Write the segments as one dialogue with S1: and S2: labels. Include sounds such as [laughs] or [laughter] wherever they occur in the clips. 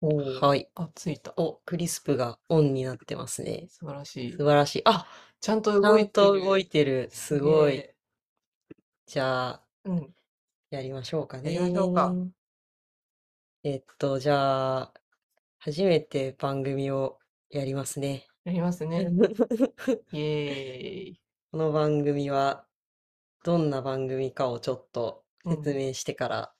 S1: おお。
S2: はい。
S1: あ、ついた。
S2: お、クリスプがオンになってますね。
S1: 素晴らし
S2: 素
S1: い。
S2: 晴らしい。あ、
S1: ちゃんと
S2: ちゃ
S1: 動い
S2: ん
S1: て
S2: と動
S1: る。
S2: いてる。
S1: す
S2: す
S1: げ
S2: ごい。
S1: え。
S2: じゃあ、
S1: うん。
S2: やりましょうか
S1: やりましょうか。
S2: ね。えっと、じゃあ、初めて番組をやりますね。
S1: やりま
S2: [laughs]
S1: すね。
S2: こ
S1: イエーイ。
S2: の番組は、どんな番組かをちょっと
S1: う
S2: 説
S1: ん。
S2: 明してから。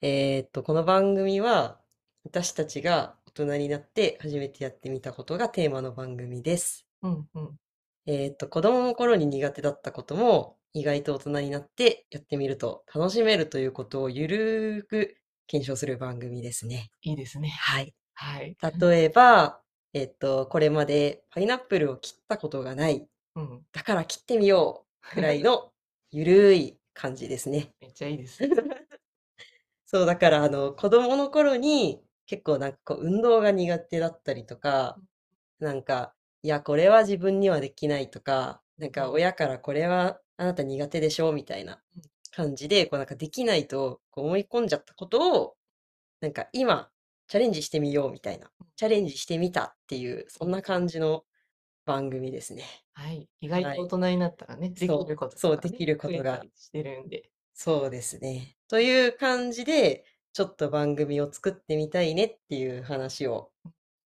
S2: えっと、この番組は、私たちが大人になって初めてやってみたことがテーマの番組です。
S1: うん。うん。
S2: えっと、子供の頃に苦手だったことも意外と大人になってやってみると楽しめるということをゆるーく検証する番組ですね。
S1: いいですね。
S2: はい。
S1: はい。
S2: 例えば、えっと、これまでパイナップルを切ったことがない。
S1: うん。
S2: だから切ってみようくらいのゆるい感じですね。
S1: めっちゃいい
S2: [laughs]
S1: ですね。
S2: そう、だから、あの、子供の頃に結構なんかこう、運動が苦手だったりとか、なんか、いや、これは自分にはできないとか、なん
S1: うん。
S2: か親からこれはあなた苦手でしょみたいな
S1: うん
S2: 感じで、こうなんかできないとこう思い込んじゃったことを、なんか今、チャレンジしてみようみたいな、チャレンジしてみたっていう、そ
S1: うんん
S2: な感じの番組ですね。
S1: はい。意外
S2: は
S1: と大
S2: い。
S1: 人になったらね、でき
S2: そ
S1: ること
S2: う、
S1: と
S2: そう、
S1: か
S2: で
S1: ね、
S2: きるこ
S1: 増
S2: と
S1: えた
S2: が、
S1: りしてるんで。
S2: そうですね。という感じで、ちょっと番組を作ってみたいねっていう話を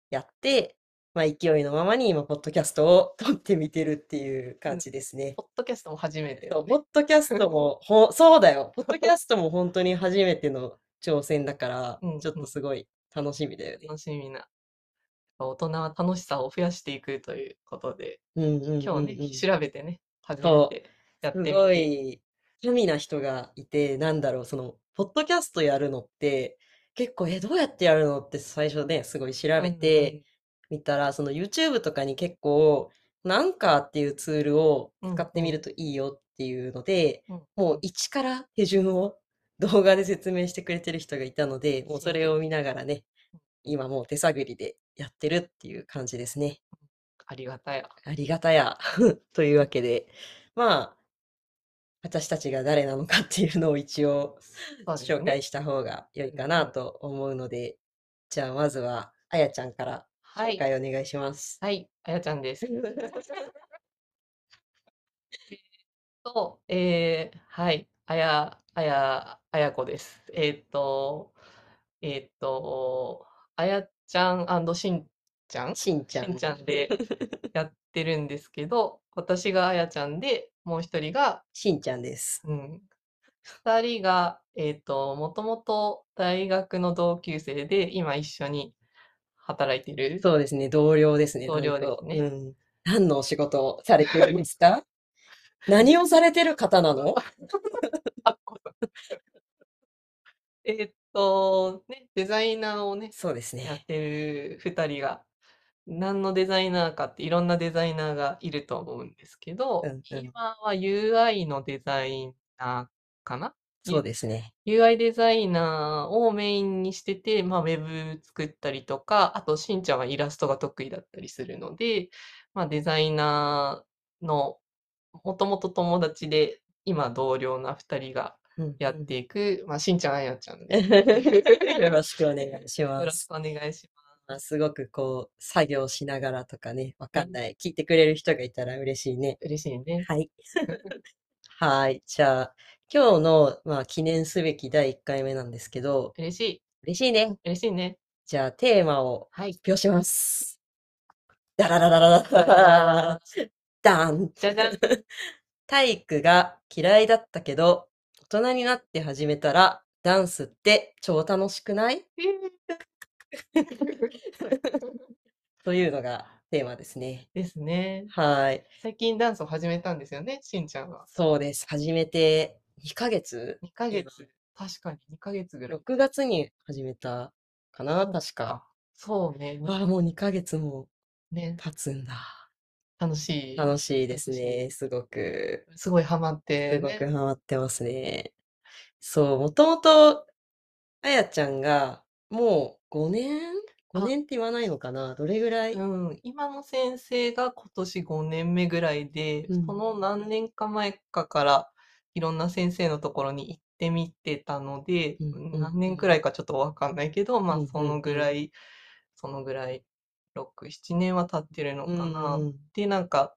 S2: やって、まあ、勢いのままに今、ポッドキャストを撮ってみてるっていう
S1: う
S2: 感
S1: ん。
S2: じですね。
S1: ポッドキャストも初めて
S2: そ
S1: の
S2: う、ポ
S1: ね。
S2: ッドキャスト
S1: [laughs]
S2: も、ほ、そうだよ。ポッドキャストも本当に初めての挑戦だから、
S1: うん
S2: ちょっ
S1: う
S2: と
S1: ん。
S2: すごい楽しみだよね。
S1: 楽しみな。大人は楽しさを増やしていくということで、
S2: うんうん
S1: 今
S2: うん
S1: 日ね、
S2: うん。
S1: 調べてね、初め
S2: そ
S1: てやっ
S2: う、す
S1: てみ
S2: ご
S1: て。
S2: い、神な人がいて、なんだろう、その、ポッドキャストやるのって、結構、え、どうやってやるのって最初ね、すごい調
S1: う
S2: べ
S1: んう
S2: て
S1: ん。
S2: みたら、その YouTube とかに結構、なんかっていうツールを
S1: う
S2: 使
S1: ん
S2: って
S1: う
S2: み
S1: ん。
S2: るといいよっていうので、
S1: うん
S2: も
S1: う。
S2: うん一から手順を [laughs] 動画で説明してくれてる人がいたので、もう
S1: 教
S2: そ
S1: え
S2: れ
S1: て
S2: を
S1: く
S2: 見ながらね、
S1: れる。
S2: 今もう手探りでやってるっていう感じですね。
S1: ありがたや。
S2: ありがたや。 [laughs] というわけで、まあ、私たちが誰なのかっていうのを一応
S1: そうです
S2: 紹
S1: ね。
S2: 介した方が良いうか
S1: ん
S2: な
S1: うん。
S2: と思うので、じゃあまずはあやちゃんから
S1: は
S2: 紹
S1: い。
S2: 介お願いします。
S1: [laughs] はい。あやちゃんです。と、えー、はい。あや、あや、あやこです。えーっと、えーっと、あやちゃんしんちゃん
S2: しんちゃ
S1: しん
S2: ん。
S1: ちゃんでやってるんですけど、私があやちゃんで、もう一人が、
S2: しんちゃんです。
S1: うん、二人が、えーっと、もともと大学の同級生で、今一緒に働いてる
S2: そうですね、同僚ですね、
S1: 同
S2: なん
S1: 僚です
S2: と。う
S1: ね。
S2: ん。何のお仕事をされてるんです
S1: [laughs]
S2: か何をされてる方なの
S1: あこえーっと、ね、デザイナーをね、
S2: そうです
S1: やっ
S2: ね。
S1: てる2人が、何のデザイナーかっていろんなデザイナーがいると思うんですけ
S2: う
S1: ど、
S2: んうん。
S1: 今は UI のデザイナーかな
S2: そう
S1: ゆ
S2: ですね。
S1: ?UI デザイナーをメインにしてて、まあ、ウェブ作ったりとか、あと、しんちゃんはイラストが得意だったりするので、まあ、デザイナーの、もともと友達で、今同僚な2人が
S2: うん
S1: や
S2: う
S1: っ
S2: ん。
S1: ていく、まあ、しんちゃん、あやちゃん
S2: [laughs]
S1: です。
S2: よろしくお願いし
S1: よ
S2: ま
S1: ろし
S2: す。
S1: くお願いし
S2: まあ、すごくこう、作業しながらとかね、わ
S1: ま
S2: か
S1: す。
S2: ん
S1: ね
S2: ない。聞いてくれる人がいたら嬉しいね。
S1: 嬉しいね。
S2: はい。はい。じゃあ、今日の、まあ、記念すべき第1回目なんですけど、
S1: 嬉しい。
S2: 嬉しいね。
S1: 嬉しいね。
S2: じゃあ、テーマを
S1: はい。
S2: 発表します。ダラララララ
S1: だらららら
S2: ラ
S1: ら
S2: ダン
S1: じゃじゃん。 [laughs]
S2: 体育が嫌いだったけど、大人になって始めたら、ダンスって超楽しくない
S1: えー
S2: というのがテーマですね。
S1: ですね。
S2: はい。
S1: 最近ダンスを始めたんですよね、しんちゃんは。
S2: そうです。始めて2ヶ月
S1: 2
S2: 今、
S1: ヶ月。確かに2ヶ月ぐらい。
S2: 6月に始めたかな、
S1: そ
S2: 確
S1: う
S2: か。
S1: か。そうね。に
S2: ああ、もう2ヶ月も
S1: ね。
S2: 経つんだ。
S1: 楽し
S2: 楽しいで
S1: い。楽
S2: す
S1: しい。
S2: ね。すごく。
S1: すごいハマっ
S2: す
S1: て
S2: ごく
S1: ね。
S2: ハマってますね。そう、もともと、あやちゃんが、もう5年
S1: あ、
S2: ?5 年って言わないのかなどれぐらい
S1: うん、今の先生が今年5年目ぐらいで、
S2: う
S1: そ
S2: ん。
S1: の何年か前かからいろんな先生のところに行っしてみてたので、
S2: うんうん
S1: 何年くらいかちょっとわかんないけど、ま
S2: うんうんうん
S1: あそのぐらい、そのぐらい、6、7年は経ってるのかな。
S2: うんうん
S1: で、なんか、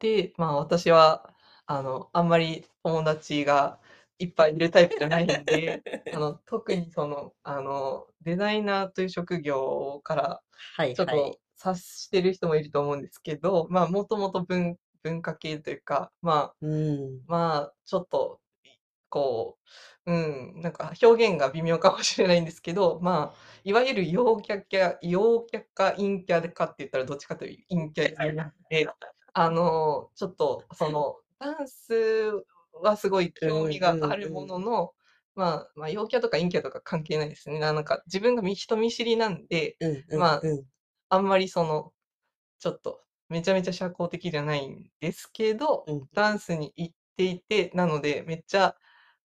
S1: で、まあ私は、あの、あんまり友達がいっぱいいるタイプじゃないん
S2: [laughs]
S1: で、あの、特にその、あの、デザイナーという職業から、
S2: はい
S1: ちょっ
S2: はい
S1: と。察してる人もいると思うんですけど、まあ、もともと文文化系というか、ま
S2: うん。
S1: あ、まあ、ちょっと、こう、うん、なんか表現が微妙かもしれないんですけど、まあ、いわゆる陽キャキャ、陽キャか陰キャでかって言ったらどっちかというと陰キャになって、あの、ちょっと、その、ダンスはすごい興味があるものの、まあ、まあ、陽キャとか陰キャとか関係ないですね。ななんか自分が見人見知りなんで、
S2: うんうん
S1: まあ
S2: うん
S1: あんまりその、ちょっと、めちゃめちゃ社交的じゃないんですけど、
S2: うん
S1: ダンスに行っていて、なので、めっちゃ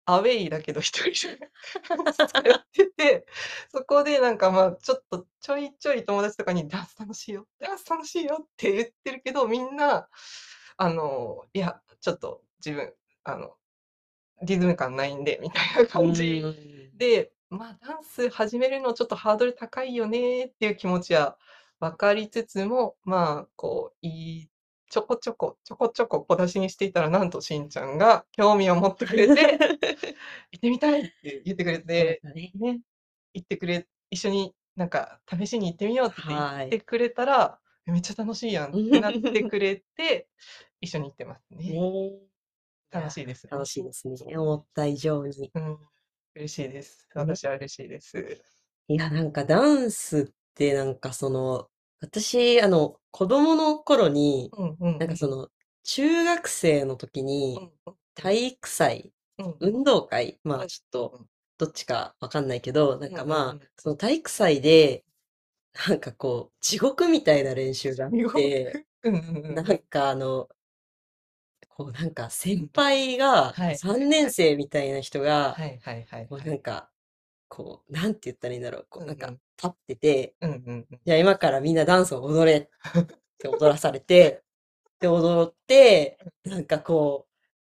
S1: アウェイだけど一人で [laughs] やってて、そこでなんかまあ、ちょっとちょいちょい友達とかにダンス楽しいよ、ダンス楽しいよって言ってるけど、みんな、あの、いや、ちょっと自分、あの、リズム感ないんで、みたいな感じ。
S2: うん
S1: で、まあ、ダンス始めるのちょっとハードル高いよねっていう気持ちは分かりつつも、まあ、こう、いい、ちょこちょこ、ちょこちょこ小出しにしていたら、なんとしんちゃんが興味を持ってくれて、行ってみたいって言ってくれて、
S2: そうだね
S1: ね、行ってくれ、一緒になんか試しに行ってみようって言
S2: は
S1: っ
S2: い
S1: てくれたら、めっちゃ楽しいやんってなってくれて、一緒に行ってますね。
S2: ね
S1: 楽しいです。
S2: 楽しいですね。思った以上に。
S1: うん。嬉しいです。
S2: ね
S1: 私は嬉しいです。
S2: いや、なんかダンスってなんかその、私、あの、子供の頃に、
S1: うんうん
S2: なん
S1: う
S2: か
S1: ん
S2: その、中学生の時に、体育祭、運動会、ま
S1: は
S2: あ
S1: い
S2: ちょっ
S1: うん
S2: と、どっちかわかんないけど、なんか
S1: うんうんうん
S2: まあ、その体育祭で、なんかこう、地獄みたいな練習があっ
S1: 日本
S2: て、
S1: うんうんうん
S2: なんかあの、こうなんか先輩が、
S1: はい
S2: 3年生みたいな人が、
S1: はいはいはい
S2: こ
S1: は
S2: うないんか、こう、なんて言ったらいいんだろう、こうなん
S1: う
S2: か
S1: ん
S2: 立ってて、
S1: うんうんうん
S2: じゃあ今からみんなダンスを踊れって踊らされて、で踊って、なんかこ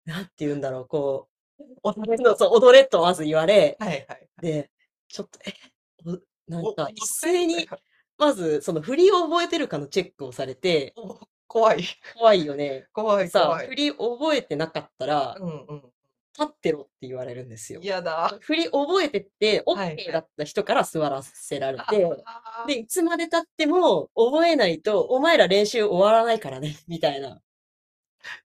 S2: う、なんて言うんだろう、こう、踊れの、そう、踊れとまず言われ、
S1: はいはい
S2: で、ちょっと、え、おなん
S1: お
S2: か
S1: 踊れ
S2: 一斉に、まずその振りを覚えてるかのチェックをされて、
S1: お [laughs] 怖い
S2: 怖いよね。
S1: 怖い
S2: さあ、
S1: 怖い
S2: 振り覚えてなかったら
S1: う、んうん
S2: 立ってろって言われるんですよ。
S1: 嫌だ
S2: 振り覚えてって、
S1: はいはい
S2: OK だった人から座らせられて、
S1: [laughs] あー
S2: で、いつまで経っても覚えないと、お前ら練習終わらないからね、 [laughs] みたいな。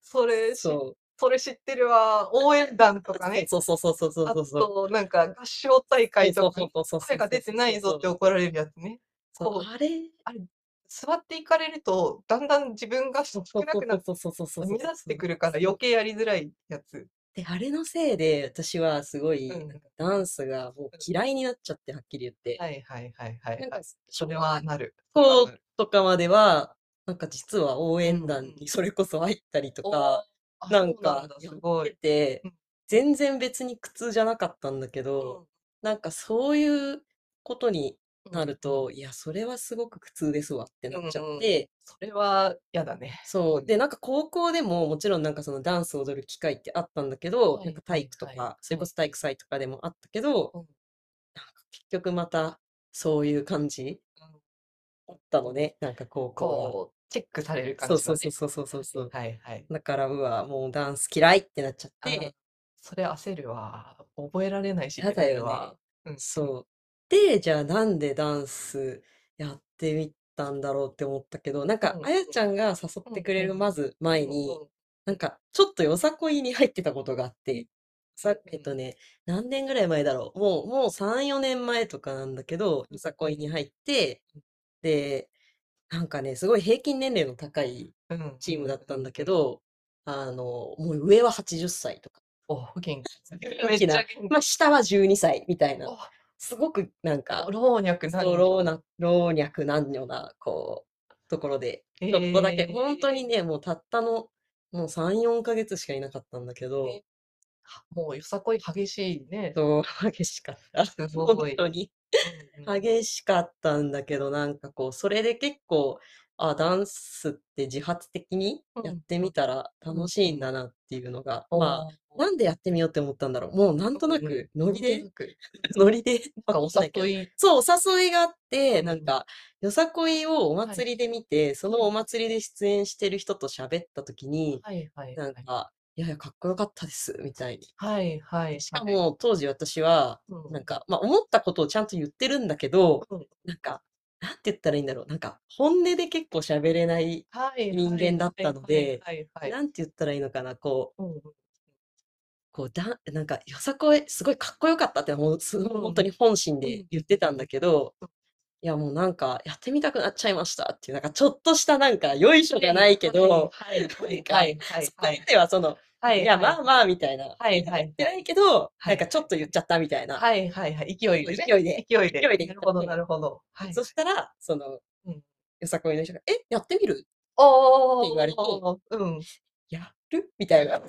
S1: それし
S2: そ
S1: それ知ってるわ応援団と
S2: う。
S1: かね
S2: そうそうそうそうそう
S1: あ
S2: そうそう。
S1: となんか合唱大会とか
S2: そうそうそうそう
S1: 声が出てないぞって怒られるやつね
S2: そう
S1: こう
S2: あれ
S1: 座っていかれるとだんだん自分が
S2: そ
S1: 少
S2: うそう
S1: なくなって
S2: そうそうそうそうそう。
S1: 目指してくるから余計やりづらいやつ
S2: で、あれのせいで、私はすごい、
S1: うん
S2: なんかダンスがもう嫌いになっちゃって、はっきり言って。
S1: はいはいはいはい
S2: なん
S1: は
S2: か
S1: い、それはなる
S2: 小
S1: な
S2: 学
S1: る
S2: 校とかまでは、なんか実は応援
S1: うん
S2: 団
S1: うん
S2: にそれこそ入ったりと
S1: お
S2: か、
S1: あ
S2: なん
S1: そう
S2: か
S1: だ
S2: や
S1: す
S2: っ
S1: ご
S2: て
S1: い。
S2: て
S1: うん、
S2: 全然別に苦痛じゃなかったんだけど、なんかそういうことになると、いや、それはすごく苦痛ですわってなっちゃ
S1: うんう
S2: っ
S1: ん
S2: て、
S1: それは嫌だね。
S2: そうう。
S1: ん
S2: で、なんか高校でももちろんなんかそのダンスを踊る機会ってあったんだけど、
S1: はい
S2: なんか体育と
S1: はいはい
S2: か、それこそ体育祭とかでもあったけど、
S1: うん
S2: なんか結局またそういう感じだったのね。なんか高校
S1: こう、チェックされる
S2: は。
S1: 感じ
S2: そ
S1: の
S2: う
S1: ね
S2: そうそうそうそうそうそう。
S1: はいはい。
S2: だから、うわ、もうダンス嫌いってなっちゃっ
S1: あー
S2: て、
S1: それ焦るわ。覚えられないし、
S2: やだよね。
S1: うん
S2: そう。で、じゃあなんでダンスやってみたんだろうって思ったけど、なんか
S1: う、ん
S2: あやちゃんが誘ってくれる
S1: うん
S2: まず前に、なんか、ちょっとよさこいに入ってたことがあって、さ、えっとね、何年ぐらい前だろう。もう、もう3、4年前とかなんだけど、よさこいに入って、で、なんかね、すごい平均年齢の高い
S1: うんうん
S2: チームだったんだけ
S1: うんうん
S2: ど、あの、もう上は80歳とか、
S1: お、元
S2: [laughs]
S1: 気。め
S2: 元
S1: っ
S2: 気
S1: ち
S2: な
S1: ゃ元
S2: まあ、下は12歳みたい
S1: 気。
S2: な、
S1: お
S2: すごくなんか、
S1: 老若男
S2: そう
S1: 女
S2: 老な老若男女な、こう、ところで、
S1: え
S2: ちょっとだけ、
S1: ー
S2: 本当にね、もうたったの、もう3、4ヶ月しかいなかったんだけど、
S1: えもうよさこい激しいね。
S2: そう、激しかった。
S1: すご
S2: 本
S1: い。
S2: 当に
S1: うんうん
S2: 激しかったんだけど、なんかこう、それで結構、あ、ダンスって自発的に
S1: うん
S2: やってみたら
S1: うん
S2: 楽しいんだなっていうのが、まあ、
S1: まあ、
S2: なんでやってみようって思ったんだろう。もうなんとなく、ノリで、ノリで、
S1: [laughs] なんかお
S2: い。
S1: 誘い、
S2: そう、お誘いがあって、
S1: うん
S2: なんか、よさこいをお祭りで見て、そのお祭りで出演してる人と喋った時に、
S1: はいはいは
S2: なん
S1: い。
S2: か、いやいや、かっこよかったです、みたいに。
S1: はいはい。
S2: しかも、当時私は、
S1: うん
S2: なんか、まあ、思ったことをちゃんと言ってるんだけど、
S1: うん
S2: なんか、なんて言ったらいいんだろう。なんか、本音で結構喋れない、
S1: はいはい
S2: 人間だったので
S1: はいはいはい。
S2: なんて言ったらいいのかな、こう、
S1: うんうん
S2: こうだ、なんか、よさこい、すごいかっこよかったって、もう、す
S1: うん
S2: 本当に本心で言ってたんだけど
S1: うん、
S2: いや、もうなんか、やってみたくなっちゃいましたっていう、なんか、ちょっとしたなんか、よいしょじゃないけど、
S1: はいは
S2: な
S1: いは
S2: ん
S1: いはい
S2: そこ
S1: は
S2: ま
S1: い。
S2: ではその、
S1: はい
S2: いや、まあ
S1: あ。
S2: まあ、みたいな。
S1: はいはい
S2: 言ってないけど、なんかちょっと言っちゃったみたいな。
S1: はいはいはい。勢いでね。
S2: 勢いで
S1: 勢いで。
S2: 勢いで
S1: なるほどなるほど。はい。
S2: そしたら、その、
S1: うん
S2: よさこいの人が、え、やってみる
S1: おー
S2: って言われて
S1: うん。
S2: やるみたいな。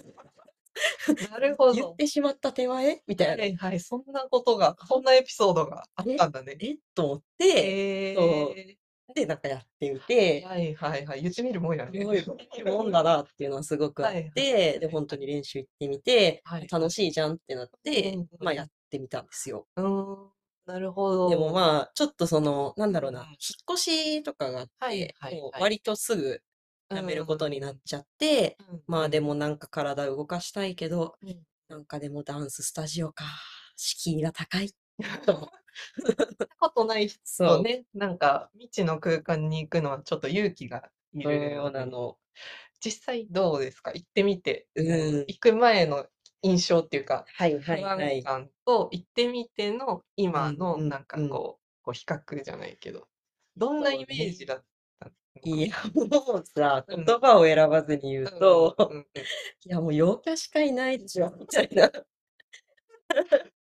S1: なるほ
S2: 言っ
S1: ど。
S2: てしまった手前みたいな
S1: は。いはい。そんなことが、そんなエピソードがあったんだね。
S2: えと思って、
S1: え
S2: そう
S1: ー。
S2: で、なんかやってみて、
S1: はいはいはい。言ってみるもんやね。
S2: すごいもんだなっていうのはすごくあっ
S1: はいはい
S2: て、で、本当に練習行ってみて
S1: はい、
S2: 楽しいじゃんってなって
S1: うん、
S2: まあやってみたんですよ。
S1: うーん。なるほど。
S2: でもまあ、ちょっとその、なんだろうな、
S1: うん
S2: 引っ越しとかがあっ
S1: はい
S2: て、
S1: はい
S2: もう
S1: はい
S2: 割とすぐ辞めることになっちゃって、
S1: うん、
S2: まあで
S1: も、
S2: もなんか体動かしたいけど、
S1: うん
S2: なんかでもダンススタジオか、敷居が高い。
S1: [laughs]
S2: と思う
S1: 行ったことない人
S2: そう
S1: とね、なんか未知の空間に行くのはちょっと勇気がいる
S2: そうな。の。
S1: 実際どうですか行ってみて、
S2: うん。
S1: 行く前の印象っていうか、
S2: はいは
S1: 不
S2: いは
S1: 安
S2: い。
S1: 感と行ってみての今の
S2: うんうん
S1: なんか
S2: うん
S1: こう、こう比較じゃないけど、どんな
S2: そう
S1: イメージだったのか
S2: いや、もうさ、
S1: うん
S2: 言葉を選ばずに言うと、
S1: うんうんうん
S2: いや、もう陽キャしかいないでしょ、みたいな。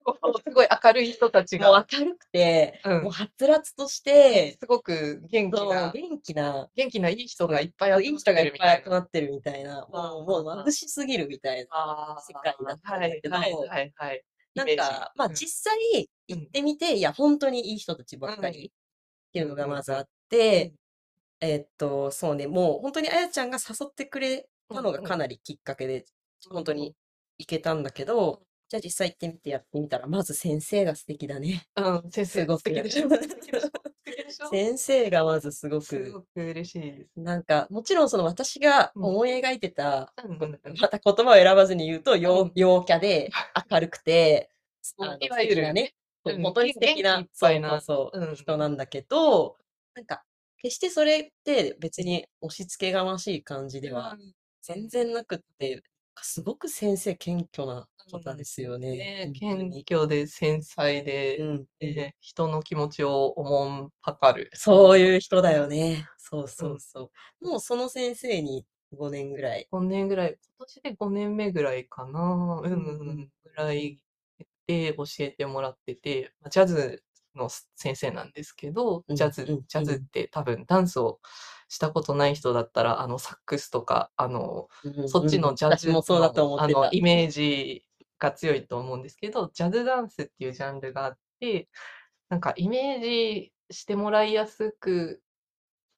S1: こうすごい明るい人たち
S2: もう
S1: が、
S2: 明るくて、
S1: うん
S2: もうはつらつとして、
S1: すごく元気
S2: そう
S1: な、
S2: 元気な、
S1: 元気ないい人がいっぱ
S2: そう
S1: い
S2: い
S1: 集
S2: い
S1: まっ
S2: 人がい
S1: て
S2: っ
S1: るみ
S2: ぱ
S1: た
S2: い
S1: い
S2: 集
S1: な。
S2: まってるみたいな、もう、もう眩しすぎるみたいな。
S1: あー
S2: 世界だったんだけど
S1: はいはいはいはい。
S2: なんか、まあ
S1: 実
S2: 実際行ってみて、いや、本当にいい人たちばっか
S1: うん
S2: りっていうのが
S1: うん
S2: まずあって、えーっと、そうね、もう本当にあやちゃんが誘ってくれたのが
S1: うんうん
S2: かなりきっかけで、本当
S1: うんう
S2: に行けたんだけど、じゃあ実際行ってみてやってみたら、まず先生が素敵だね。
S1: うん、先生
S2: すごく
S1: [laughs] 素敵でしょ。素敵でしょ。素敵でしょ。
S2: 先生がまずすご
S1: す
S2: く、
S1: ごく嬉しいです。
S2: なんか、もちろんその私が
S1: うん
S2: 思い描いてた、
S1: うん
S2: こ
S1: うんうん
S2: また言葉を選ばずに言うと、陽
S1: うん
S2: 陽キャで明るく
S1: [laughs]
S2: て、
S1: うん
S2: あの
S1: いわゆる
S2: 素敵なね、そう
S1: うん
S2: 本当に素敵な
S1: 元気いっぱいな
S2: そうそうそう
S1: うん
S2: 人なんだけど、なんか、決してそれって別に押し付けがましい感じでは
S1: うん
S2: 全然なくって、なんかすごく先生謙虚な方ですよね。
S1: ね、
S2: 本当
S1: 謙
S2: に
S1: 虚で繊細
S2: う
S1: で、
S2: んうん
S1: ね人の気持ちをおもんぱかる。
S2: そういう人だよね。そうそううんそう。もうその先生に5年ぐらい。
S1: 5年ぐらい、今年で5年目ぐらいかな、うん
S2: うん
S1: う
S2: うん
S1: ん、ぐらいで教えてもらってて、まあジャズの先生なんですけど、
S2: うん
S1: ジャズ、
S2: うん
S1: ジャズ
S2: う
S1: っ
S2: ん
S1: て多分ダンスをしたことない人だったら、あの、サックスとか、あの、そっちのジャ
S2: 私
S1: ズ
S2: もそうだと思
S1: の
S2: っ
S1: あ
S2: て
S1: の
S2: た。
S1: イメージが強いと思うんですけど、ジャズダンスっていうジャンルがあって、なんかイメージしてもらいやすく、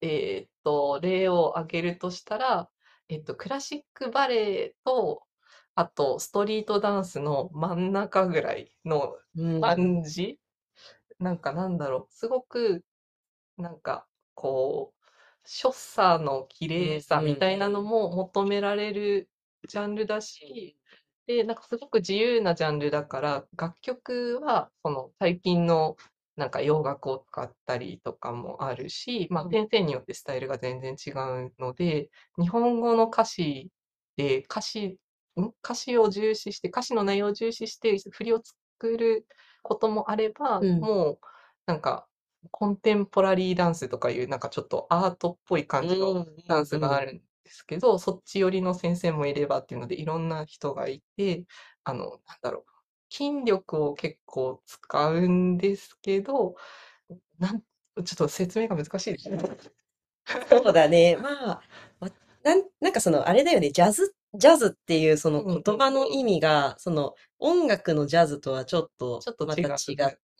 S1: えーっと、例を挙げるとしたら、えっと、クラシックバレエと、あと、ストリートダンスの真ん中ぐらいの
S2: うん
S1: 感じ、 [laughs] なんかなんだろう、すごく、なんか、こう、所作の綺麗さみたいなのも求められるジャンルだし、で、なんかすごく自由なジャンルだから、楽曲は、その最近のなんか洋楽を使ったりとかもあるし、ま
S2: う
S1: あ
S2: ん
S1: 先生によってスタイルが全然違うので、日本語の歌詞で歌詞、ん歌詞を重視して、歌詞の内容を重視して振りを作ることもあれば、
S2: うん
S1: もうなんかコンテンポラリーダンスとかいうなんかちょっとアートっぽい感じのダンスがあるんですけど、そっち寄りの先生もいればっていうのでいろんな人がいてあのなんだろう筋力を結構使うんですけどなんちょっと説明が難しいですね。
S2: そうだね。まあ、わなん、なんかその、あれだよね、ジャズジャズっていうその
S1: うんうん
S2: 言葉の意味が、その音楽のジャズとはちょっと
S1: ちょっと
S2: また
S1: 違
S2: 違
S1: う。
S2: っ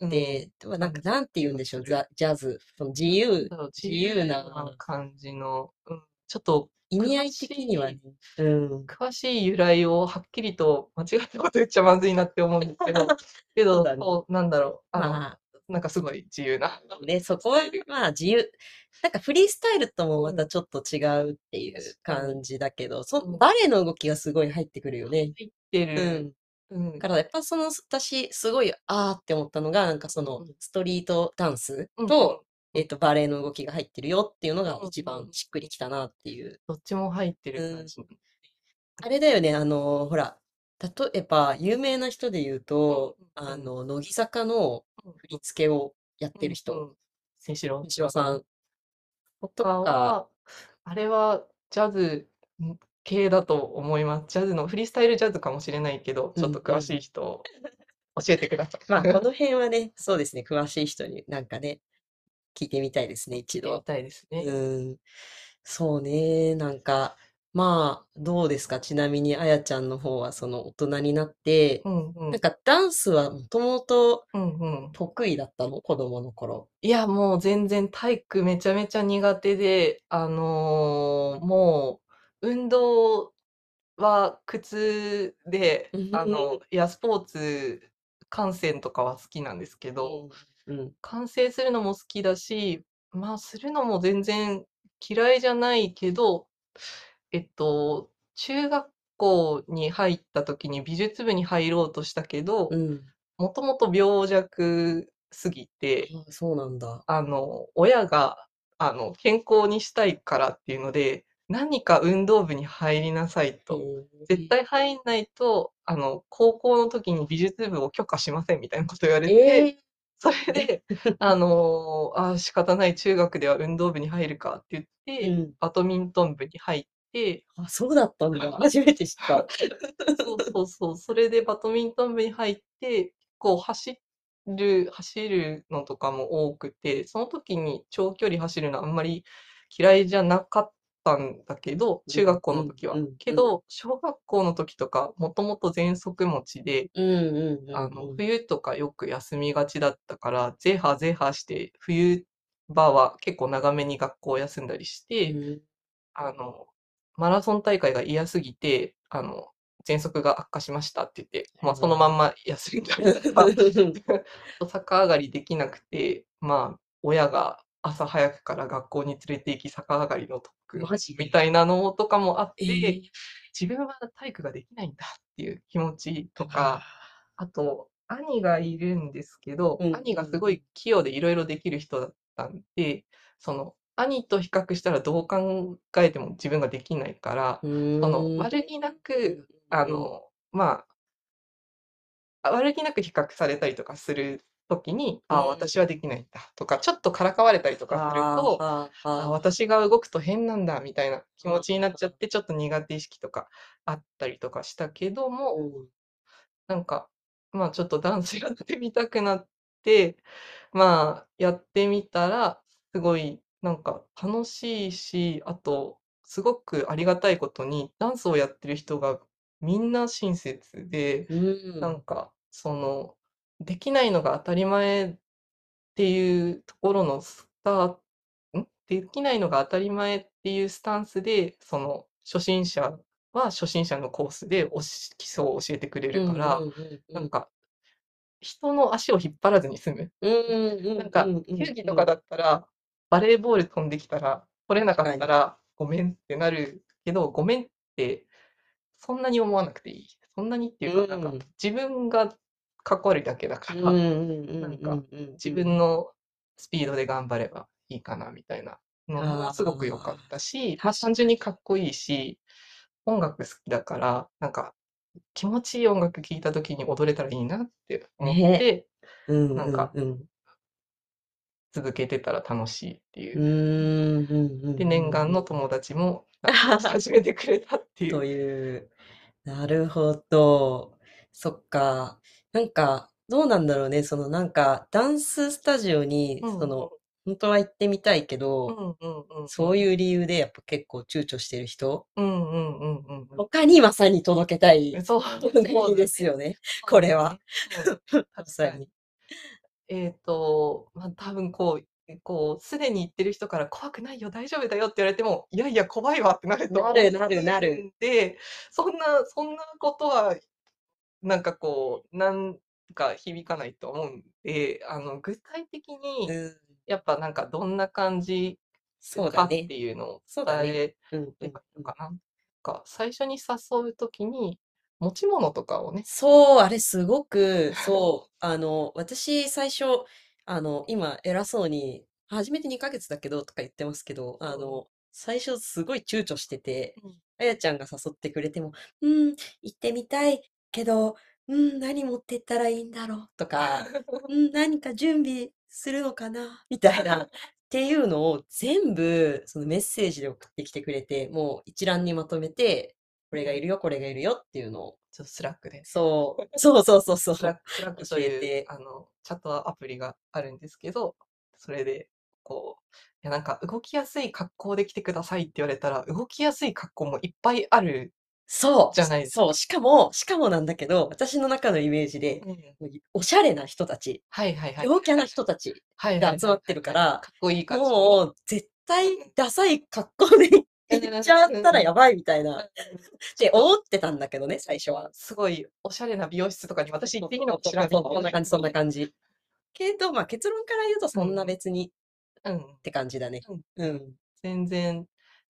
S1: うん
S2: て、でもなんか
S1: うん
S2: なんて言うんでしょう、
S1: それ
S2: ザジャズ。その自由、
S1: そう
S2: 自
S1: 自
S2: 由
S1: 由
S2: な
S1: な感じの、うん、ちょっと
S2: 意味合い的にはね。うん。
S1: 詳しい由来をはっきりと間違ったこと言っちゃまずいなって思うんです
S2: [laughs]
S1: けど、け
S2: そ
S1: ど、
S2: うだね
S1: こうなんだろう、あの、
S2: ま
S1: なんかすごい自
S2: [laughs]
S1: 由な。
S2: あ、ね、そこはまあ自由。なんかフリースタイルともま
S1: うん
S2: たちょっと違うっていう感じだけど、
S1: う
S2: そ
S1: ん
S2: バレエの動きがすごい入ってくるよね。
S1: 入って
S2: う
S1: る。
S2: ん。
S1: うん。
S2: だからやっぱその私すごいあーって思ったのがなんかその
S1: うん
S2: ストリートダンス
S1: うん
S2: と,、えっとバレエの動きが入ってるよっていうのが
S1: うん
S2: 一番しっくりきたなっていう。
S1: どっちも入ってる感じ。
S2: あれだよねあのほら例えば有名な人で言うと、
S1: うんうんうん
S2: あの乃木坂の振り付けをやってる人、
S1: うんうん。清志郎
S2: 西尾さんと
S1: とか
S2: か
S1: は、あれはジャズ系だと思います。ジャズの、フリースタイルジャズかもしれないけど、ちょ
S2: う
S1: っと
S2: んうん
S1: 詳しい人を教えてください。 [laughs]
S2: まあこの辺はねそうですね詳しい人になんかね聞いてみたいですね
S1: [laughs]
S2: 一
S1: や
S2: 度
S1: り。たいですね。
S2: うん、そうね、なんか、まあ、どうですか、ちなみに、あやちゃんの方は、その、大人になって、
S1: うんうん
S2: なんか、ダンスはもともと
S1: うんうん。
S2: 得意だったの、子供の頃。
S1: いや、もう全然体育めちゃめちゃ苦手で、あのーもう運動は苦痛で、あの、いや、スポーツ観戦とかは好きなんですけど、
S2: うん、
S1: 完成するのも好きだし、まあ、するのも全然嫌いじゃないけど、えっと、中学校に入った時に美術部に入ろうとしたけど
S2: う、ん、
S1: もともと病弱すぎて、
S2: あそうなんだ。
S1: あの、親が、あの、健康にしたいからっていうので、何か運動部に入りなさいと。絶対入んないと、あの、高校の時に美術部を許可しませんみたいなこと言われ
S2: え
S1: て、
S2: え
S1: そ
S2: [laughs]
S1: れで、あのーあー仕方ない中学では運動部に入るかって言って、
S2: うん、
S1: バドミントン部に入って、
S2: あ、そうだったん
S1: [laughs]
S2: だ。初めて知った。
S1: そうそうそう、それでバドミントン部に入って、こう走る、走るのとかも多くて、その時に長距離走るのあんまり嫌いじゃなかったんだけど、中学校の時は
S2: うんうんうん。
S1: けど、小学校の時とか、もともと喘息持ちで、
S2: うん、うん、うん
S1: あの、
S2: うん。
S1: 冬とかよく休みがちだったから、ゼーハーゼーハーして、冬場は結構長めに学校を休んだりして、
S2: うん
S1: あの、マラソン大会が嫌すぎて、あの、喘息が悪化しましたって言って、まあそのまんま休んだりとか、
S2: [laughs]
S1: 逆上がりできなくて、まあ親が朝早くから学校に連れて行き逆上がりの特訓
S2: マジ
S1: みたいなのとかもあって、
S2: ええ
S1: 自分は体育ができないんだっていう気持ちとか、あと、兄がいるんですけど、
S2: うん
S1: 兄がすごい器用でいろいろできる人だったんで、その、兄と比較したらどう考えても自分ができないから、
S2: う
S1: そ
S2: ーん
S1: の、悪気なく、あの、まあ、悪気なく比較されたりとかするときに、あ
S2: うん
S1: 私はできないんだとか、ちょっとからかわれたりとかすると、
S2: あーあー
S1: あ
S2: あー
S1: 私が動くと変なんだみたいな気持ちになっちゃっ
S2: あ
S1: て、ちょっと苦手意識とかあったりとかしたけども、
S2: うん
S1: なんか、まあちょっとダンスやってみたくなって、まあやってみたら、すごいなんか楽しいし、あと、すごくありがたいことに、ダンスをやってる人がみんな親切で、
S2: うん
S1: なんか、その、できないのが当たり前っていうところのスター、んできないのが当たり前っていうスタンスで、その、初心者は初心者のコースでおし基礎を教えてくれるから、
S2: うんうんう
S1: なんか、人の足を引っ張らずに済む。
S2: んうんうん
S1: なんか、
S2: うんうん
S1: 球技とかだったら、バレーボール飛んできたら、取れなかったら、ごめんってなるけど、ごめんって、そんなに思わなくていい。そんなにっていうか、な
S2: うんん
S1: か、自分がかっこ悪いだけだか
S2: う
S1: ら、
S2: んうんうん
S1: なんか
S2: うんうん
S1: 自分のスピードで頑張ればいいかな、みたいなのがすごく良かったし、まあ単純にかっこいいし、音楽好きだから、なんか、気持ちいい音楽聴いた時に踊れたらいいなって思って、
S2: ねうんうん
S1: なんか
S2: うん
S1: 続けてたら楽しいっていうう。
S2: んうんうんうん
S1: で、念願の友達 [laughs] もなんか始めてくれたっていう。
S2: というなるほどそっかなんかどうなんだろうねそのなんかダンススタジオに
S1: うん
S2: その本当は行ってみたいけ
S1: う
S2: ど、
S1: んうんうん。
S2: そう
S1: い
S2: いう理由でやっぱ結構躊躇してる人、
S1: うん。うんうんうんうんうん。
S2: 他にまさに届けたい。
S1: そう、
S2: [laughs] いいですよね。これは。
S1: そう
S2: ま
S1: 確
S2: さ
S1: かに
S2: に。
S1: えっと、まあ、多分こう、こう、すでに言ってる人から怖くないよ、大丈夫だよって言われても、いやいや、怖いわってなると思
S2: な
S1: う
S2: るなるなる。
S1: んで、そんな、そんなことは、なんかこう、なんか響かないと思うんで、あの、具体的
S2: う
S1: に、
S2: ん。
S1: やっぱなんかどんな感じ
S2: そう
S1: か
S2: だ
S1: っ
S2: ね。
S1: ていうのを
S2: そうだ
S1: 伝
S2: ね。
S1: え
S2: うんう
S1: れ
S2: ん
S1: ば
S2: う
S1: いいの
S2: ん。
S1: かな。なんか最初に誘うときに、持ち物とかをね、
S2: そう、あれすごく、そう、あの、私最初、あの、今偉そうに、初めて2ヶ月だけどとか言ってますけど、あ
S1: うん
S2: の、最初すごい躊躇してて、
S1: うん
S2: あやちゃんが誘ってくれても、うん、行ってみたいけど、うん、何持ってったらいいんだろうと
S1: [laughs]
S2: か、うん、何か準備するのかなみたい
S1: [laughs]
S2: な、っていうのを全部、そのメッセージで送ってきてくれて、もう一覧にまとめて、こ
S1: う
S2: れがい
S1: ん
S2: るよ、これがいるよっていうのを、
S1: ちょっとスラックで。
S2: そう、
S1: [laughs]
S2: そうそうそうそ
S1: スラッ
S2: う。
S1: クスラックと
S2: 教え
S1: いう
S2: て。
S1: あのチャットアプリがあるんですけど、それでこう、いやなんか動きやすい格好で来てくださいって言われたら、動きやすい格好もいっぱいある
S2: そう、
S1: じゃないです
S2: そう、
S1: か。
S2: しかも、しかもなんだけど、私の中のイメージで、
S1: うん、
S2: おしゃれな人たち、
S1: はいはいはい。
S2: 陽キャな人たち
S1: はいはい
S2: が
S1: はい
S2: 集
S1: は
S2: ま
S1: い
S2: ってるか
S1: はい。
S2: ら、
S1: かっこいい感じに。
S2: もう、絶対、ダサい格好で
S1: うん
S2: 行っちゃっ
S1: うん
S2: たら
S1: うん
S2: やばいみたいな、 [laughs] って
S1: ちょっと
S2: 思ってたんだけどね、最初は。
S1: すごいおしゃれな美容室とかに私行
S2: そう
S1: っていい
S2: そ
S1: の
S2: う
S1: か
S2: そう
S1: しら
S2: そ
S1: み
S2: う、そんな
S1: たいな。
S2: 感じ、そんな感じ。けど、まあ結論から言うと、
S1: う
S2: そんなん別に、
S1: うん
S2: って感じだね。
S1: うん
S2: うん。
S1: 全然、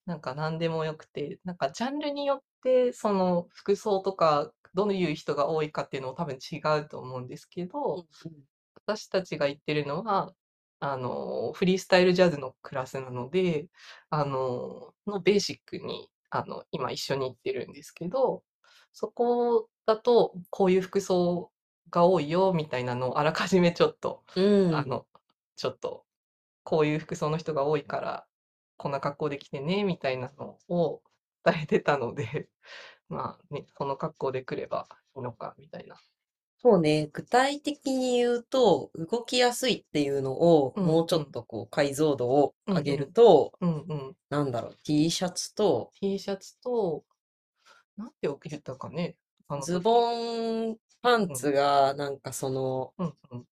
S1: なんか何でもよくて、なんかジャンルによって、その服装とか、どういう人が多いかっていうのも多分違うと思うんですけ
S2: う
S1: ど、
S2: んうん
S1: 私たちが行ってるのは、あの、フリースタイルジャズのクラスなので、あの、のベーシックに、あの、今一緒に行ってるんですけど、そこだと、こういう服装が多いよ、みたいなのをあらかじめちょっと、
S2: う
S1: あ
S2: ん。
S1: の、ちょっと、こういう服装の人が多いから、こんな格好で来てね、みたいなのを伝えてたので、 [laughs] まあね、この格好で来ればいいのか、みたいな。
S2: そうね、具体的に言うと、動きやすいっていうのを、
S1: うん
S2: もうち
S1: う
S2: ょっ
S1: ん、
S2: とこう、解像度を
S1: うん
S2: 上
S1: う
S2: げる
S1: ん、
S2: と、
S1: うんうん。
S2: なんだろう、T シャツと、
S1: T シャツと、なんて言ったかね、あの
S2: ズ
S1: 時。
S2: ボン、パン
S1: うん、
S2: ツが、なんかその、
S1: うん、うん、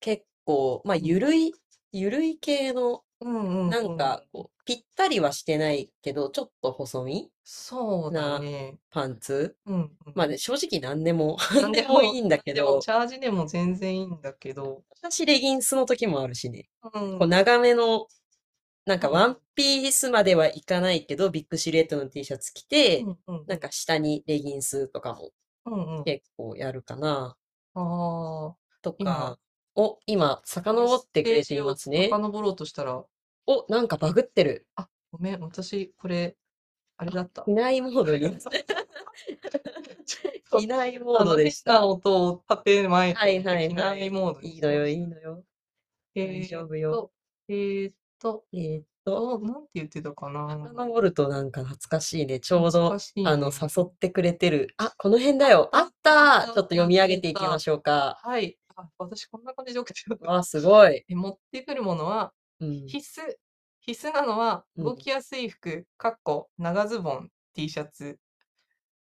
S2: 結構、まあ、
S1: うん、
S2: ゆるい、ゆるい系の、
S1: うん、
S2: なん
S1: うん。
S2: か、こう、ぴったりはしてないけど、ちょっと細身
S1: そうだ
S2: な
S1: ね。
S2: パンツ。
S1: うん、うん。
S2: まあね、正直何でも、
S1: な
S2: 何
S1: ん
S2: で
S1: で
S2: もい
S1: も、
S2: いんだけ
S1: でも、
S2: ど、
S1: チャージでも全然いいんだけど、
S2: 私、レギンスの時もあるしね。
S1: うん、う
S2: こう、
S1: ん、
S2: 長めの、なん
S1: う
S2: かワン
S1: ん、
S2: ピースまではいかないけど、ビッグシルエットの T シャツ着
S1: う
S2: て、
S1: ん、うん、
S2: なんか下にレギンスとかも
S1: うん、うん。
S2: 結構やるかな、
S1: ああ、
S2: と
S1: 今、
S2: か、お、今、
S1: この
S2: 遡
S1: ス
S2: ってく
S1: テー
S2: れて
S1: ジ
S2: いま
S1: を
S2: すね。
S1: 遡ろうとしたら、
S2: お、なんかバグってる。
S1: あ、ごめん、私、これ、あれ
S2: あ、
S1: だった。
S2: いないモードに。 [laughs]
S1: ちょっ
S2: い
S1: と、
S2: ないモー
S1: あ
S2: ド
S1: の、
S2: で
S1: 変
S2: した。
S1: な音を立てまい
S2: はい
S1: て、
S2: はい
S1: 機
S2: は
S1: 内
S2: い。
S1: モードに
S2: いい
S1: し
S2: の
S1: ま
S2: よ、
S1: し
S2: いいのよ。大丈夫よ。
S1: た。えーっと、えーっと、
S2: えーっと、
S1: どう、なんて言ってたかな。
S2: 遡るとなんか懐かしいね。ちょう
S1: 懐か
S2: ど、
S1: しい
S2: あの、
S1: ね。
S2: 誘ってくれてる。あ、この辺だよ。あ
S1: あ、
S2: っ
S1: あった
S2: ちょ
S1: た、
S2: っと
S1: あ
S2: 読
S1: っ
S2: み上
S1: た、
S2: げ
S1: あって
S2: いきま
S1: た。
S2: しょうか。
S1: はい。あ、私、こんな感じで送ってるのか。
S2: わあ、すごい。
S1: え、持ってくるものは、
S2: うん、
S1: 必須。必須なのは、
S2: う
S1: 動
S2: ん。
S1: きやすい服、かっこ、長ズボン、T シャツ、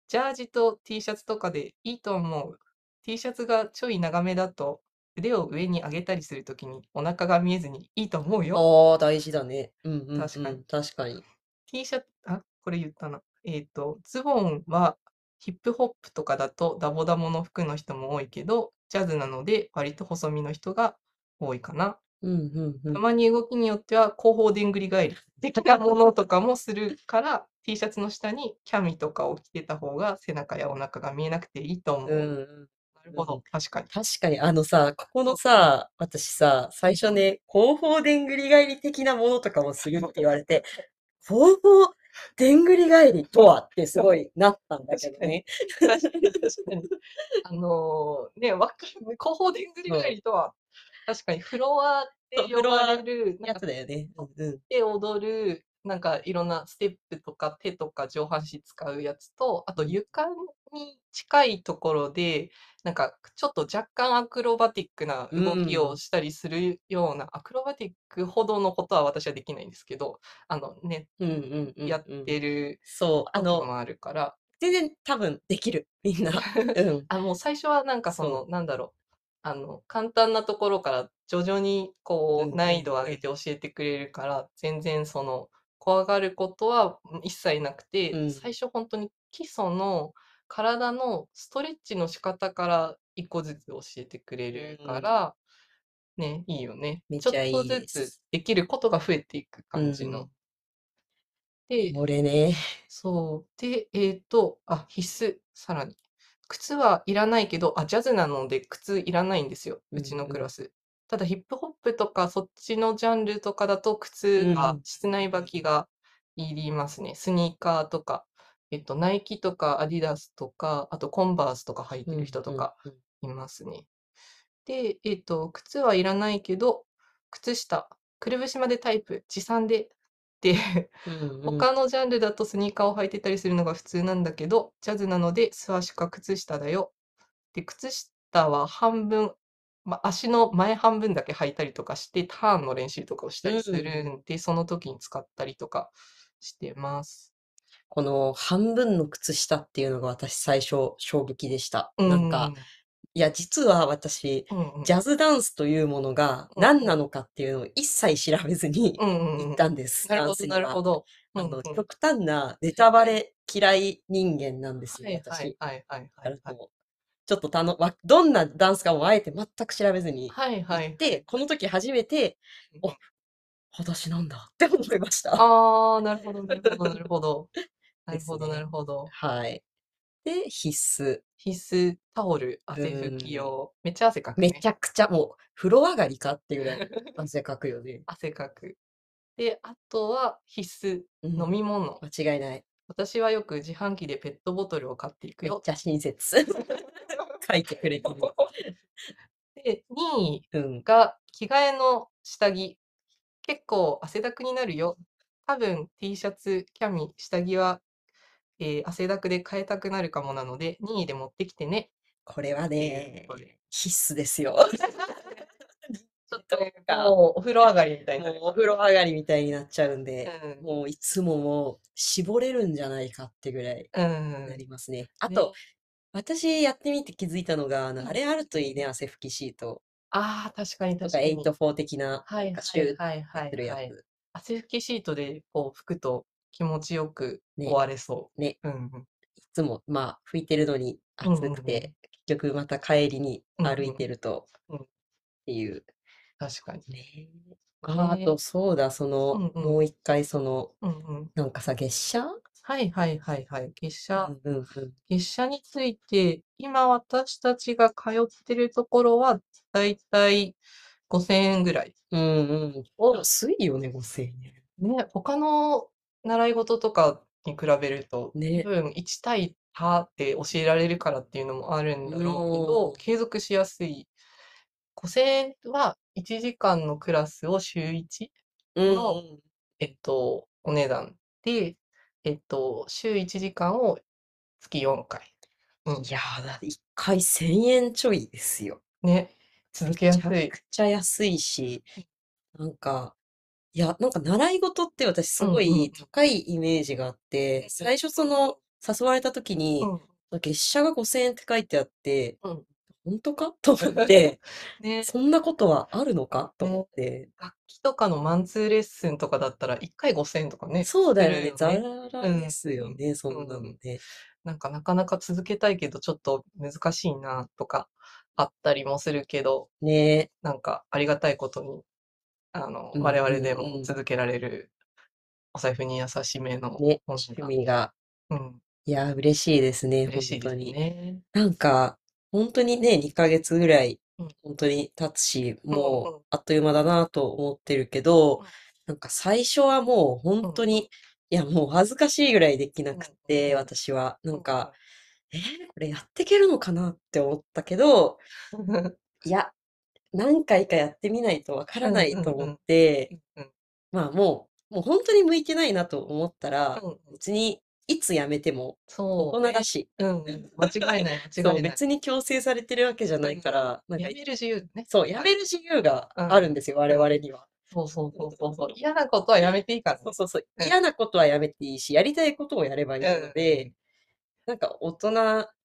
S1: ジャージと T シャツとかでいいと思う。T シャツがちょい長めだと腕を上に上げたりするときにお腹が見えずにいいと思うよ。
S2: ああ、大事だね。うんうん
S1: 確
S2: う
S1: かに。
S2: ん。確かに。
S1: T シャツ、あ、これ言ったな。えっと、ズボンはヒップホップとかだとダボダボの服の人も多いけど、ジャズなので割と細身の人が多いかな。
S2: うんうんう
S1: た
S2: ん。
S1: まに動きによっては後方でんぐり返り的なものとかもするから T シャツの下にキャミとかを着てた方が背中やお腹が見えなくていいと
S2: う
S1: 思う。
S2: んうん
S1: なる
S2: う
S1: ほ
S2: ん。
S1: ど、確かに。
S2: 確かに、あのさ、ここ
S1: そ
S2: の
S1: うそう。
S2: さ、私さ、最初ね、後方でんぐり返り的なものとかもするって言われて、後方でんぐり返りとはってすごいなったんだけ
S1: 確
S2: ど
S1: かに。
S2: ね。
S1: 確かに、確かに。あのーね、わかる。後方でんぐ
S2: [laughs]
S1: り
S2: うん。
S1: 返りとは、確かにフロアっ
S2: そう、
S1: て
S2: フ
S1: 呼
S2: ロ
S1: ば
S2: ア
S1: れる、なん
S2: や
S1: か、
S2: つだよね。うんうん。
S1: で踊るなんかいろんなステップとか手とか上半身使うやつと、あと床に近いところで、なんかちょっと若干アクロバティックな動き
S2: う
S1: を
S2: ん。
S1: したりするような、アクロバティックほどのことは私はできないんですけど、あのね、
S2: うんうんう
S1: や
S2: ん
S1: っ
S2: うん。
S1: てる
S2: そう、あ
S1: 時
S2: の、
S1: もあるから。
S2: 全然多分できる、みん
S1: [laughs]
S2: な。うん。
S1: あ、もう最初はなんかその、
S2: そ
S1: なんだろう、あの、簡単なところから徐々
S2: う。
S1: に
S2: う
S1: こう、
S2: ん
S1: 難
S2: う
S1: 易
S2: ん
S1: 度を上
S2: う
S1: げ
S2: ん。
S1: て教えてくれるから、全然その、怖がることはうん一切なく
S2: う
S1: て、
S2: ん。
S1: 最初本当に基礎の体のストレッチの仕方から一個ずつ教えてくれ
S2: う
S1: るか
S2: ん。
S1: ら、ね、いいよね。
S2: め
S1: ちょ
S2: ち
S1: っ
S2: ゃ
S1: と
S2: いい
S1: ず
S2: で
S1: つ
S2: す。
S1: できることが増えていく
S2: う
S1: 感じの。
S2: ん。
S1: で、
S2: これね。
S1: そう。で、えっと、あ、必須。さらに。靴はいらないけど、あ、ジャズなので靴いらないんですよ。
S2: う
S1: うち
S2: ん
S1: の
S2: う
S1: クラ
S2: ん。
S1: ス。ただヒップホップとかそっちのジャンルとかだと
S2: う
S1: 靴
S2: んう
S1: が、
S2: ん。
S1: 室内履きがいりますね。スニーカーとか、えっと、ナイキとかアディダスとか、あとコンバースとか履いうてる
S2: ん
S1: 人と
S2: うん
S1: か
S2: うん。
S1: いますね。で、えっと、靴はいらないけど、靴下、くるぶしまでタイプ、持参で。で、
S2: うんうん。
S1: 他のジャンルだとスニーカーを履いてたりするのが普通なんだけど、ジャズなので素足か靴下だよ。で、靴下は半分、ま、足の前半分だけ履いたりとかして、ターンの練習とかをした
S2: う
S1: りす
S2: ん。
S1: るんで、その時に使ったりとかしてます。
S2: この半分の靴下っていうのが私最初衝撃でした。
S1: う
S2: なん
S1: ん、う
S2: か、
S1: ん、
S2: いや、実は私、
S1: うん、うん、
S2: ジャズダンスというものが
S1: うん、
S2: 何なのかっていうのを一切調べずに
S1: うんう
S2: 行
S1: ん
S2: っ
S1: うん。
S2: たんです、
S1: なる
S2: ダン
S1: ほど、
S2: ス
S1: な
S2: に
S1: る
S2: は。
S1: ほど。う
S2: あ
S1: ん、
S2: の、
S1: うん。
S2: 極端なネ
S1: はい
S2: タバ
S1: はい。
S2: レ嫌い人間なんですよ、
S1: はいはい、
S2: 私。
S1: はい
S2: だか
S1: はいはい
S2: ら
S1: はい。
S2: こう、ちょっとたの、わどんなダンスかもあえて全く調べずに
S1: はいは
S2: 行っ
S1: いは
S2: て、
S1: い。
S2: この時初めて、
S1: うん
S2: お、
S1: うん
S2: 裸足なんだって思いました。
S1: ああ、なるほど、なるほど、なるほど。な
S2: [laughs] で
S1: る
S2: す
S1: ほど、な
S2: ね。
S1: るほど。
S2: はい。で、必須。
S1: 必須、タオル、
S2: う
S1: 汗拭き
S2: ーん。
S1: 用。めっちゃ汗かく
S2: め
S1: ね。
S2: ちゃくちゃ、もう、風呂上がりかっていうぐらい汗かくよね。
S1: 汗かく。で、あとは必
S2: う
S1: 須、飲
S2: ん。
S1: み物。
S2: 間違いない。
S1: 私はよく自販機でペットボトルを買っていく
S2: めっ
S1: よ。
S2: ちゃ親切。書いてくれてる。
S1: [laughs] で、2位
S2: うん。
S1: が着替えの下着。結構汗だくになるよ。多分 T シャツ、キャミ、下着は、えー汗だくで変えたくなるかもなので、任意で持ってきてね。
S2: これは
S1: っていうこと
S2: ね、
S1: で。
S2: 必須ですよ。 [laughs]
S1: ちょっ
S2: と
S1: と
S2: か、
S1: もうお風呂上がりみたいにな
S2: も
S1: る
S2: うお
S1: か
S2: 風呂上がりみたいになっちゃうん
S1: ら。
S2: で、
S1: うん。
S2: もういつももう絞れるんじゃないかってぐらいうなり
S1: ん。
S2: ますね。あと、
S1: ね。
S2: 私やってみて気づいたのが、あ
S1: う
S2: の、あ
S1: ん。
S2: れあるといいね、汗拭きシート。
S1: ああ、確かに
S2: とか、
S1: 確かに。
S2: 8-4的な、
S1: は
S2: なん
S1: い
S2: か
S1: は
S2: シュー
S1: い
S2: って
S1: はい
S2: やっ
S1: はい
S2: てるや
S1: はい。
S2: つ。
S1: 汗拭きシートでこう拭くと気持ちよく終
S2: ね、
S1: われそ
S2: ね、
S1: う。うんうん。
S2: いつも、まあ、拭いてるのに
S1: うん
S2: 暑
S1: う
S2: く
S1: んうん。
S2: て、結局また帰りに
S1: うん
S2: 歩
S1: う
S2: い
S1: ん。
S2: てると
S1: うん。
S2: っていう。
S1: 確かに。
S2: ねえ。あ、あ
S1: ね
S2: と、そうだ、そうの、
S1: んう
S2: も
S1: ん。
S2: う一回、その、
S1: うんうん。
S2: なんかさ、月謝
S1: はいはいはいはい。月
S2: う
S1: 謝。
S2: んうんうん。
S1: 月謝について、今私たちが通ってるところは、だいたい5000円ぐらい。
S2: うんうん。
S1: を
S2: 安いよね、5000円。
S1: ね、他の習い事とかに比べると、多
S2: ね。
S1: 分1対多って教えられるからっていうのもあるんだ
S2: う
S1: ろうけど、
S2: ん。
S1: 継続しやすい。5000円は1時間のクラスを週1
S2: うん
S1: の、
S2: うん。
S1: えっと、お値段で、えっと、週1時間を月4回。う
S2: い
S1: ん。
S2: やー、だって1回1000円ちょいですよ。
S1: ね、続
S2: め
S1: けや
S2: ち
S1: す
S2: ゃ
S1: い。
S2: くちゃ安いし、
S1: うん
S2: なんか、いや、なんか習い事って私
S1: う
S2: す
S1: ん
S2: ご
S1: うん。
S2: い高いイメージがあって、最初その誘われた時
S1: う
S2: に、
S1: ん。
S2: 月謝が5000円って書いてあって、
S1: うん。
S2: 本当かと思って、
S1: [laughs] ね。
S2: そんなことはあるのかと思っ
S1: ね、
S2: て。
S1: 楽器とかのマンツーレッスンとかだったら1回5000円とかね、
S2: そう
S1: す
S2: だよ
S1: る
S2: ね。
S1: よ
S2: ざ
S1: ね。
S2: ら
S1: う
S2: らで
S1: ん、
S2: すよね。そんな
S1: う
S2: の
S1: ん。
S2: ね。
S1: なんかなかなか続けたいけど、ちょっと難しいなとかあったりもするけど、
S2: ねえ。
S1: なんかありがたいことに、あの、
S2: うん
S1: 我
S2: う
S1: 々
S2: ん
S1: で
S2: う
S1: も
S2: ん。
S1: 続けられる、お財布に優しめの
S2: ね。
S1: 本数が。
S2: 趣味が。
S1: うん、
S2: いやー、嬉しいですね。
S1: 嬉
S2: 本
S1: しいで
S2: 当
S1: す
S2: に。
S1: ね。
S2: なんか、本当にね、2ヶ月ぐらい、
S1: うん、
S2: 本当に経つし、
S1: うん、
S2: もう、
S1: うん、
S2: あっという間だなと思ってるけど、
S1: うん、
S2: なんか最初はもう、
S1: う
S2: 本
S1: ん、うん、
S2: 当に、いや、もう恥ずかしいぐらいできな
S1: うん、
S2: くっ
S1: うん、
S2: て、
S1: うん、
S2: 私は。な
S1: うんん
S2: か、えー、これやっていけるのかなって思ったけど、
S1: [laughs] うん、
S2: いや、何回かやってみないとわか
S1: う
S2: ら
S1: ん、
S2: な
S1: う
S2: い
S1: ん、
S2: と
S1: う
S2: 思っ
S1: ん、
S2: て、
S1: うん。
S2: まあもうもうほんとに向いてないなと思ったら、
S1: うんうん。
S2: 別にいつ辞めても
S1: そ
S2: 大
S1: うね。
S2: 人だし。
S1: うんうん。間違いない
S2: [laughs]
S1: 間
S2: そ
S1: 違
S2: う、
S1: いない。
S2: 別に強制されてるわけじゃ
S1: う
S2: ない
S1: ん。
S2: から、なんか
S1: 辞
S2: い
S1: める自由ね。
S2: そう、辞
S1: はい。
S2: める自由が
S1: うん。
S2: あるんですよ、我
S1: うん。
S2: 々には。
S1: そうそうそうそうそう。嫌なことは辞めていいから
S2: そう
S1: ね。
S2: そうそう。
S1: うん。
S2: 嫌なことは辞めていいし、やりたいことをやればいい
S1: うん
S2: の
S1: うん。
S2: で、なんか大人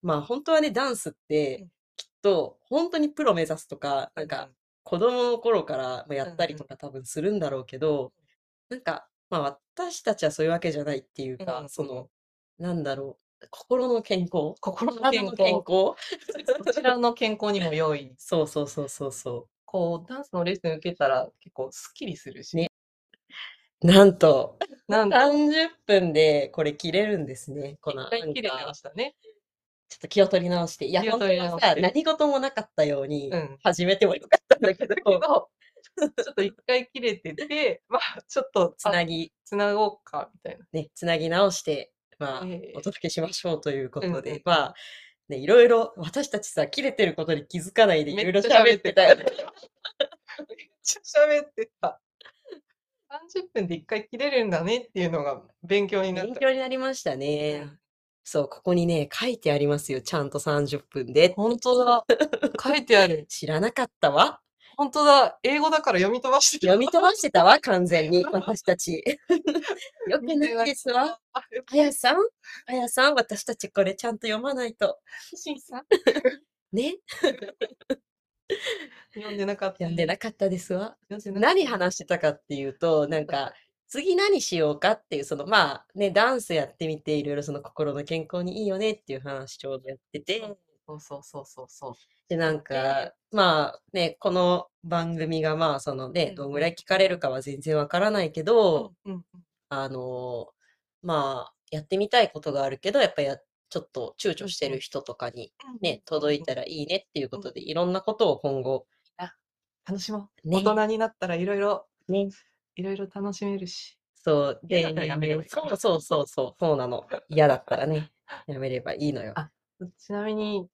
S2: まあ、ほんとはね、ダンスっ
S1: う
S2: て、
S1: ん。
S2: きっとほんとにプロ目指すとか、
S1: う
S2: なん
S1: んう
S2: か
S1: ん。
S2: 子供の頃からもや
S1: う
S2: っ
S1: ん
S2: たり
S1: う
S2: と
S1: ん。
S2: か多分するんだろうけど、なんか、まあ、私たちはそういうわけじゃないっていう
S1: う
S2: か、
S1: ん
S2: そ
S1: うん。
S2: の、なんだろう、心の健康、
S1: 心の
S2: 体
S1: 健
S2: の
S1: 康、
S2: 健康。 [laughs]
S1: そちらの健康にも良い。
S2: そうそうそうそうそう。
S1: こう、ダンスのレッスン受けたら結構すっきりするし。
S2: ね。 [laughs] なんと、
S1: なんと。
S2: 30分でこれ切れるんですね。こ
S1: いっ
S2: の、
S1: か
S2: ないん
S1: 切れてま
S2: か
S1: したね。
S2: ちょっと気を取り直して、いや
S1: 気を
S2: ほん
S1: 取
S2: と
S1: り
S2: は
S1: 直し
S2: さ、
S1: て。
S2: 何事もなかったよう
S1: う
S2: に
S1: ん。
S2: 始めてもよかったんだけ
S1: [laughs] だけ
S2: ど。
S1: ど、ちょっと1回切れてて、 [laughs] まあ、ちょっと、あ、
S2: 繋ぎ
S1: 繋ごうかみたいな。
S2: ね、繋ぎ直して、まあ、お
S1: ええ。
S2: 届けしましょうというこ
S1: うんう
S2: と
S1: ん
S2: で、
S1: う
S2: ま
S1: ん。
S2: あ、ね、色々私たちさ、切れてることに気づかないで
S1: め
S2: 色
S1: っ
S2: 々
S1: ち
S2: 喋
S1: ゃ喋
S2: っ
S1: ってて
S2: たよ
S1: たよ
S2: ね。
S1: ね。 [laughs] めっちゃ喋ってた。30分で1回切れるんだねっていうのが勉強になっ
S2: 勉
S1: た。
S2: 強になりました
S1: う
S2: ね。
S1: ん。
S2: そう、ここにね、書いてありますよ、ちゃんと30分でって。
S1: ほんとだ。書いてある。
S2: 知らなかったわ。
S1: ほんとだ。英語だから読み飛ばしてる
S2: 読み飛ばしてたわ、完全
S1: [laughs]
S2: に、私たち。良く
S1: 見
S2: ない
S1: てない
S2: ですわ。
S1: な。あ、よ
S2: あやさんあやさん、私たちこれちゃんと読まないと。
S1: しんさん。
S2: ね。
S1: 読んでなかっ
S2: 読
S1: た。
S2: んでなかったですわ。
S1: 読んでなかっ
S2: 何
S1: たね。
S2: 話してたかっていうと、なん
S1: はいは
S2: か、
S1: い。
S2: 次何しようかっていう、その、まあ、ね、ダンスやってみて、色々その心の健康にいいよねっていう話ちょうどやって
S1: そう
S2: て。
S1: そうそうそうそうそう。
S2: で、なん
S1: で
S2: か、まあ、ね、この番組が、まあ、その
S1: う
S2: ね、
S1: ん
S2: どん
S1: う
S2: ぐら
S1: ん。
S2: い聞かれるかは全然わからないけ
S1: う
S2: ど、
S1: んうんうん。
S2: あの、まあ、やってみたいことがあるけど、やっぱ、やちょっと躊
S1: う
S2: 躇
S1: ん
S2: して
S1: うん。
S2: る人とかに
S1: うんう
S2: ね、
S1: んうん
S2: 届いうた
S1: ん。
S2: らいいねっていうこ
S1: うん。
S2: とで、いろんなことを今後
S1: あ、楽しもう。大
S2: ね。
S1: 人になったら色々
S2: ね。
S1: 色々楽しめるし。
S2: そう、
S1: 嫌
S2: で、
S1: だったらやめればいい
S2: [laughs]
S1: か
S2: そう
S1: ら。
S2: そうそうそう、そうなの。嫌だったらね、やめればいいのよ。
S1: あ、ちなみに、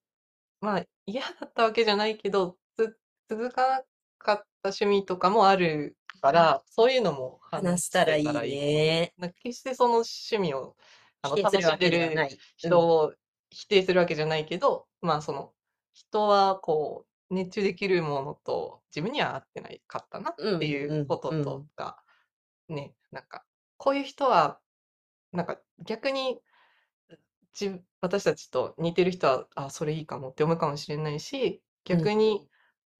S1: まあ、嫌だったわけじゃないけど、つ続かなかった趣味とかもあるか
S2: あ。
S1: ら、そういうのも話
S2: 話せ
S1: した
S2: ら
S1: て
S2: い
S1: たら
S2: い
S1: いい。
S2: ね。
S1: な、決してその趣味を、あ
S2: 否
S1: の、
S2: 定する
S1: [laughs] 楽し
S2: わ
S1: んで
S2: けではな
S1: る
S2: い。う
S1: 人
S2: ん。
S1: を否定するわけじゃないけど、まあ、その、人はこう、熱中できるものと自分には合ってないかったなっ
S2: う
S1: て
S2: ん
S1: いう
S2: う
S1: こ
S2: ん
S1: と
S2: う
S1: と
S2: ん。
S1: か、ね、なんか、こういう人は、なんか、逆に、じ私たちと似てる人は、あ、それいいかもって思うかもしれないし、
S2: うんう
S1: 逆に、
S2: ん。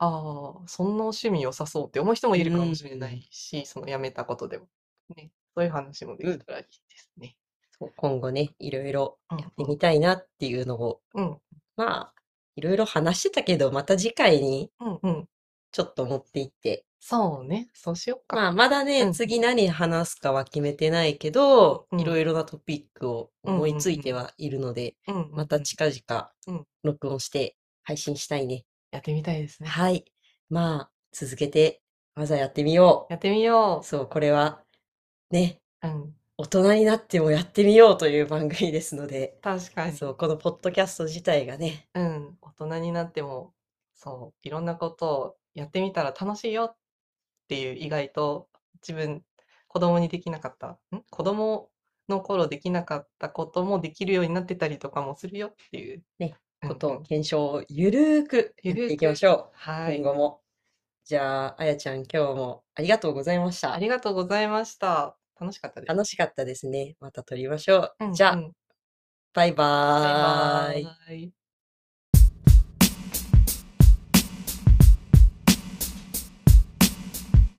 S1: ああ、そんな趣味良さそうって思う人も
S2: う
S1: いるかも
S2: ー。
S1: しれなんいし、その辞めたことでも。ね、そういう話もで
S2: う
S1: き
S2: ん。
S1: たらいいですね。
S2: そう、今後ね、色々
S1: う
S2: や
S1: ん
S2: っ
S1: う
S2: て
S1: ん。
S2: みたいなっていうのを、
S1: うん。
S2: まあ、色々話してたけど、また次回に
S1: うんうん。
S2: ちょっと持っていって
S1: そうね、そうしよっか。
S2: まあ、まだ
S1: う
S2: ね、
S1: ん。
S2: 次何話すかは決めてないけ
S1: う
S2: ど、
S1: んう
S2: 色
S1: ん。
S2: 々なトピックを
S1: うん
S2: 思いつ
S1: うん
S2: いうて
S1: ん。
S2: はいるので、
S1: うんう
S2: ま
S1: ん
S2: た
S1: うん。
S2: 近々
S1: うん。
S2: 録音して配信したいね。
S1: やってみたいですね。
S2: はい。まあ、続けて、まずはやってみよ
S1: やってみ
S2: う。
S1: よう。
S2: そう、これは、ね、
S1: うん。
S2: 大人になってもやってみようという番組ですので、
S1: 確か
S2: そう、
S1: に。
S2: このポッドキャスト自体がね
S1: うん、大人になっても、そう、いろんなことをやってみたら楽しいよっていう、意外と自分、子供にできなかった、ん、子供の頃できなかったこともできるようになってたりとかもするよっていう。
S2: ね、
S1: う
S2: こ
S1: ん
S2: と
S1: う
S2: を、
S1: ん。
S2: 検証をゆるく
S1: ゆ
S2: やって
S1: る
S2: いきま
S1: く、
S2: しょ
S1: は
S2: う。今
S1: い。
S2: 後も。じゃあ、あやちゃん、今日もありがとうございまし
S1: あ
S2: た。
S1: りがとうございました。楽しかったです
S2: 楽し
S1: ね。
S2: かったですね。また撮りましょう。
S1: うん
S2: じゃ
S1: う
S2: あ、
S1: ん。
S2: バイ
S1: バイ
S2: バ
S1: バ
S2: イ。
S1: イ。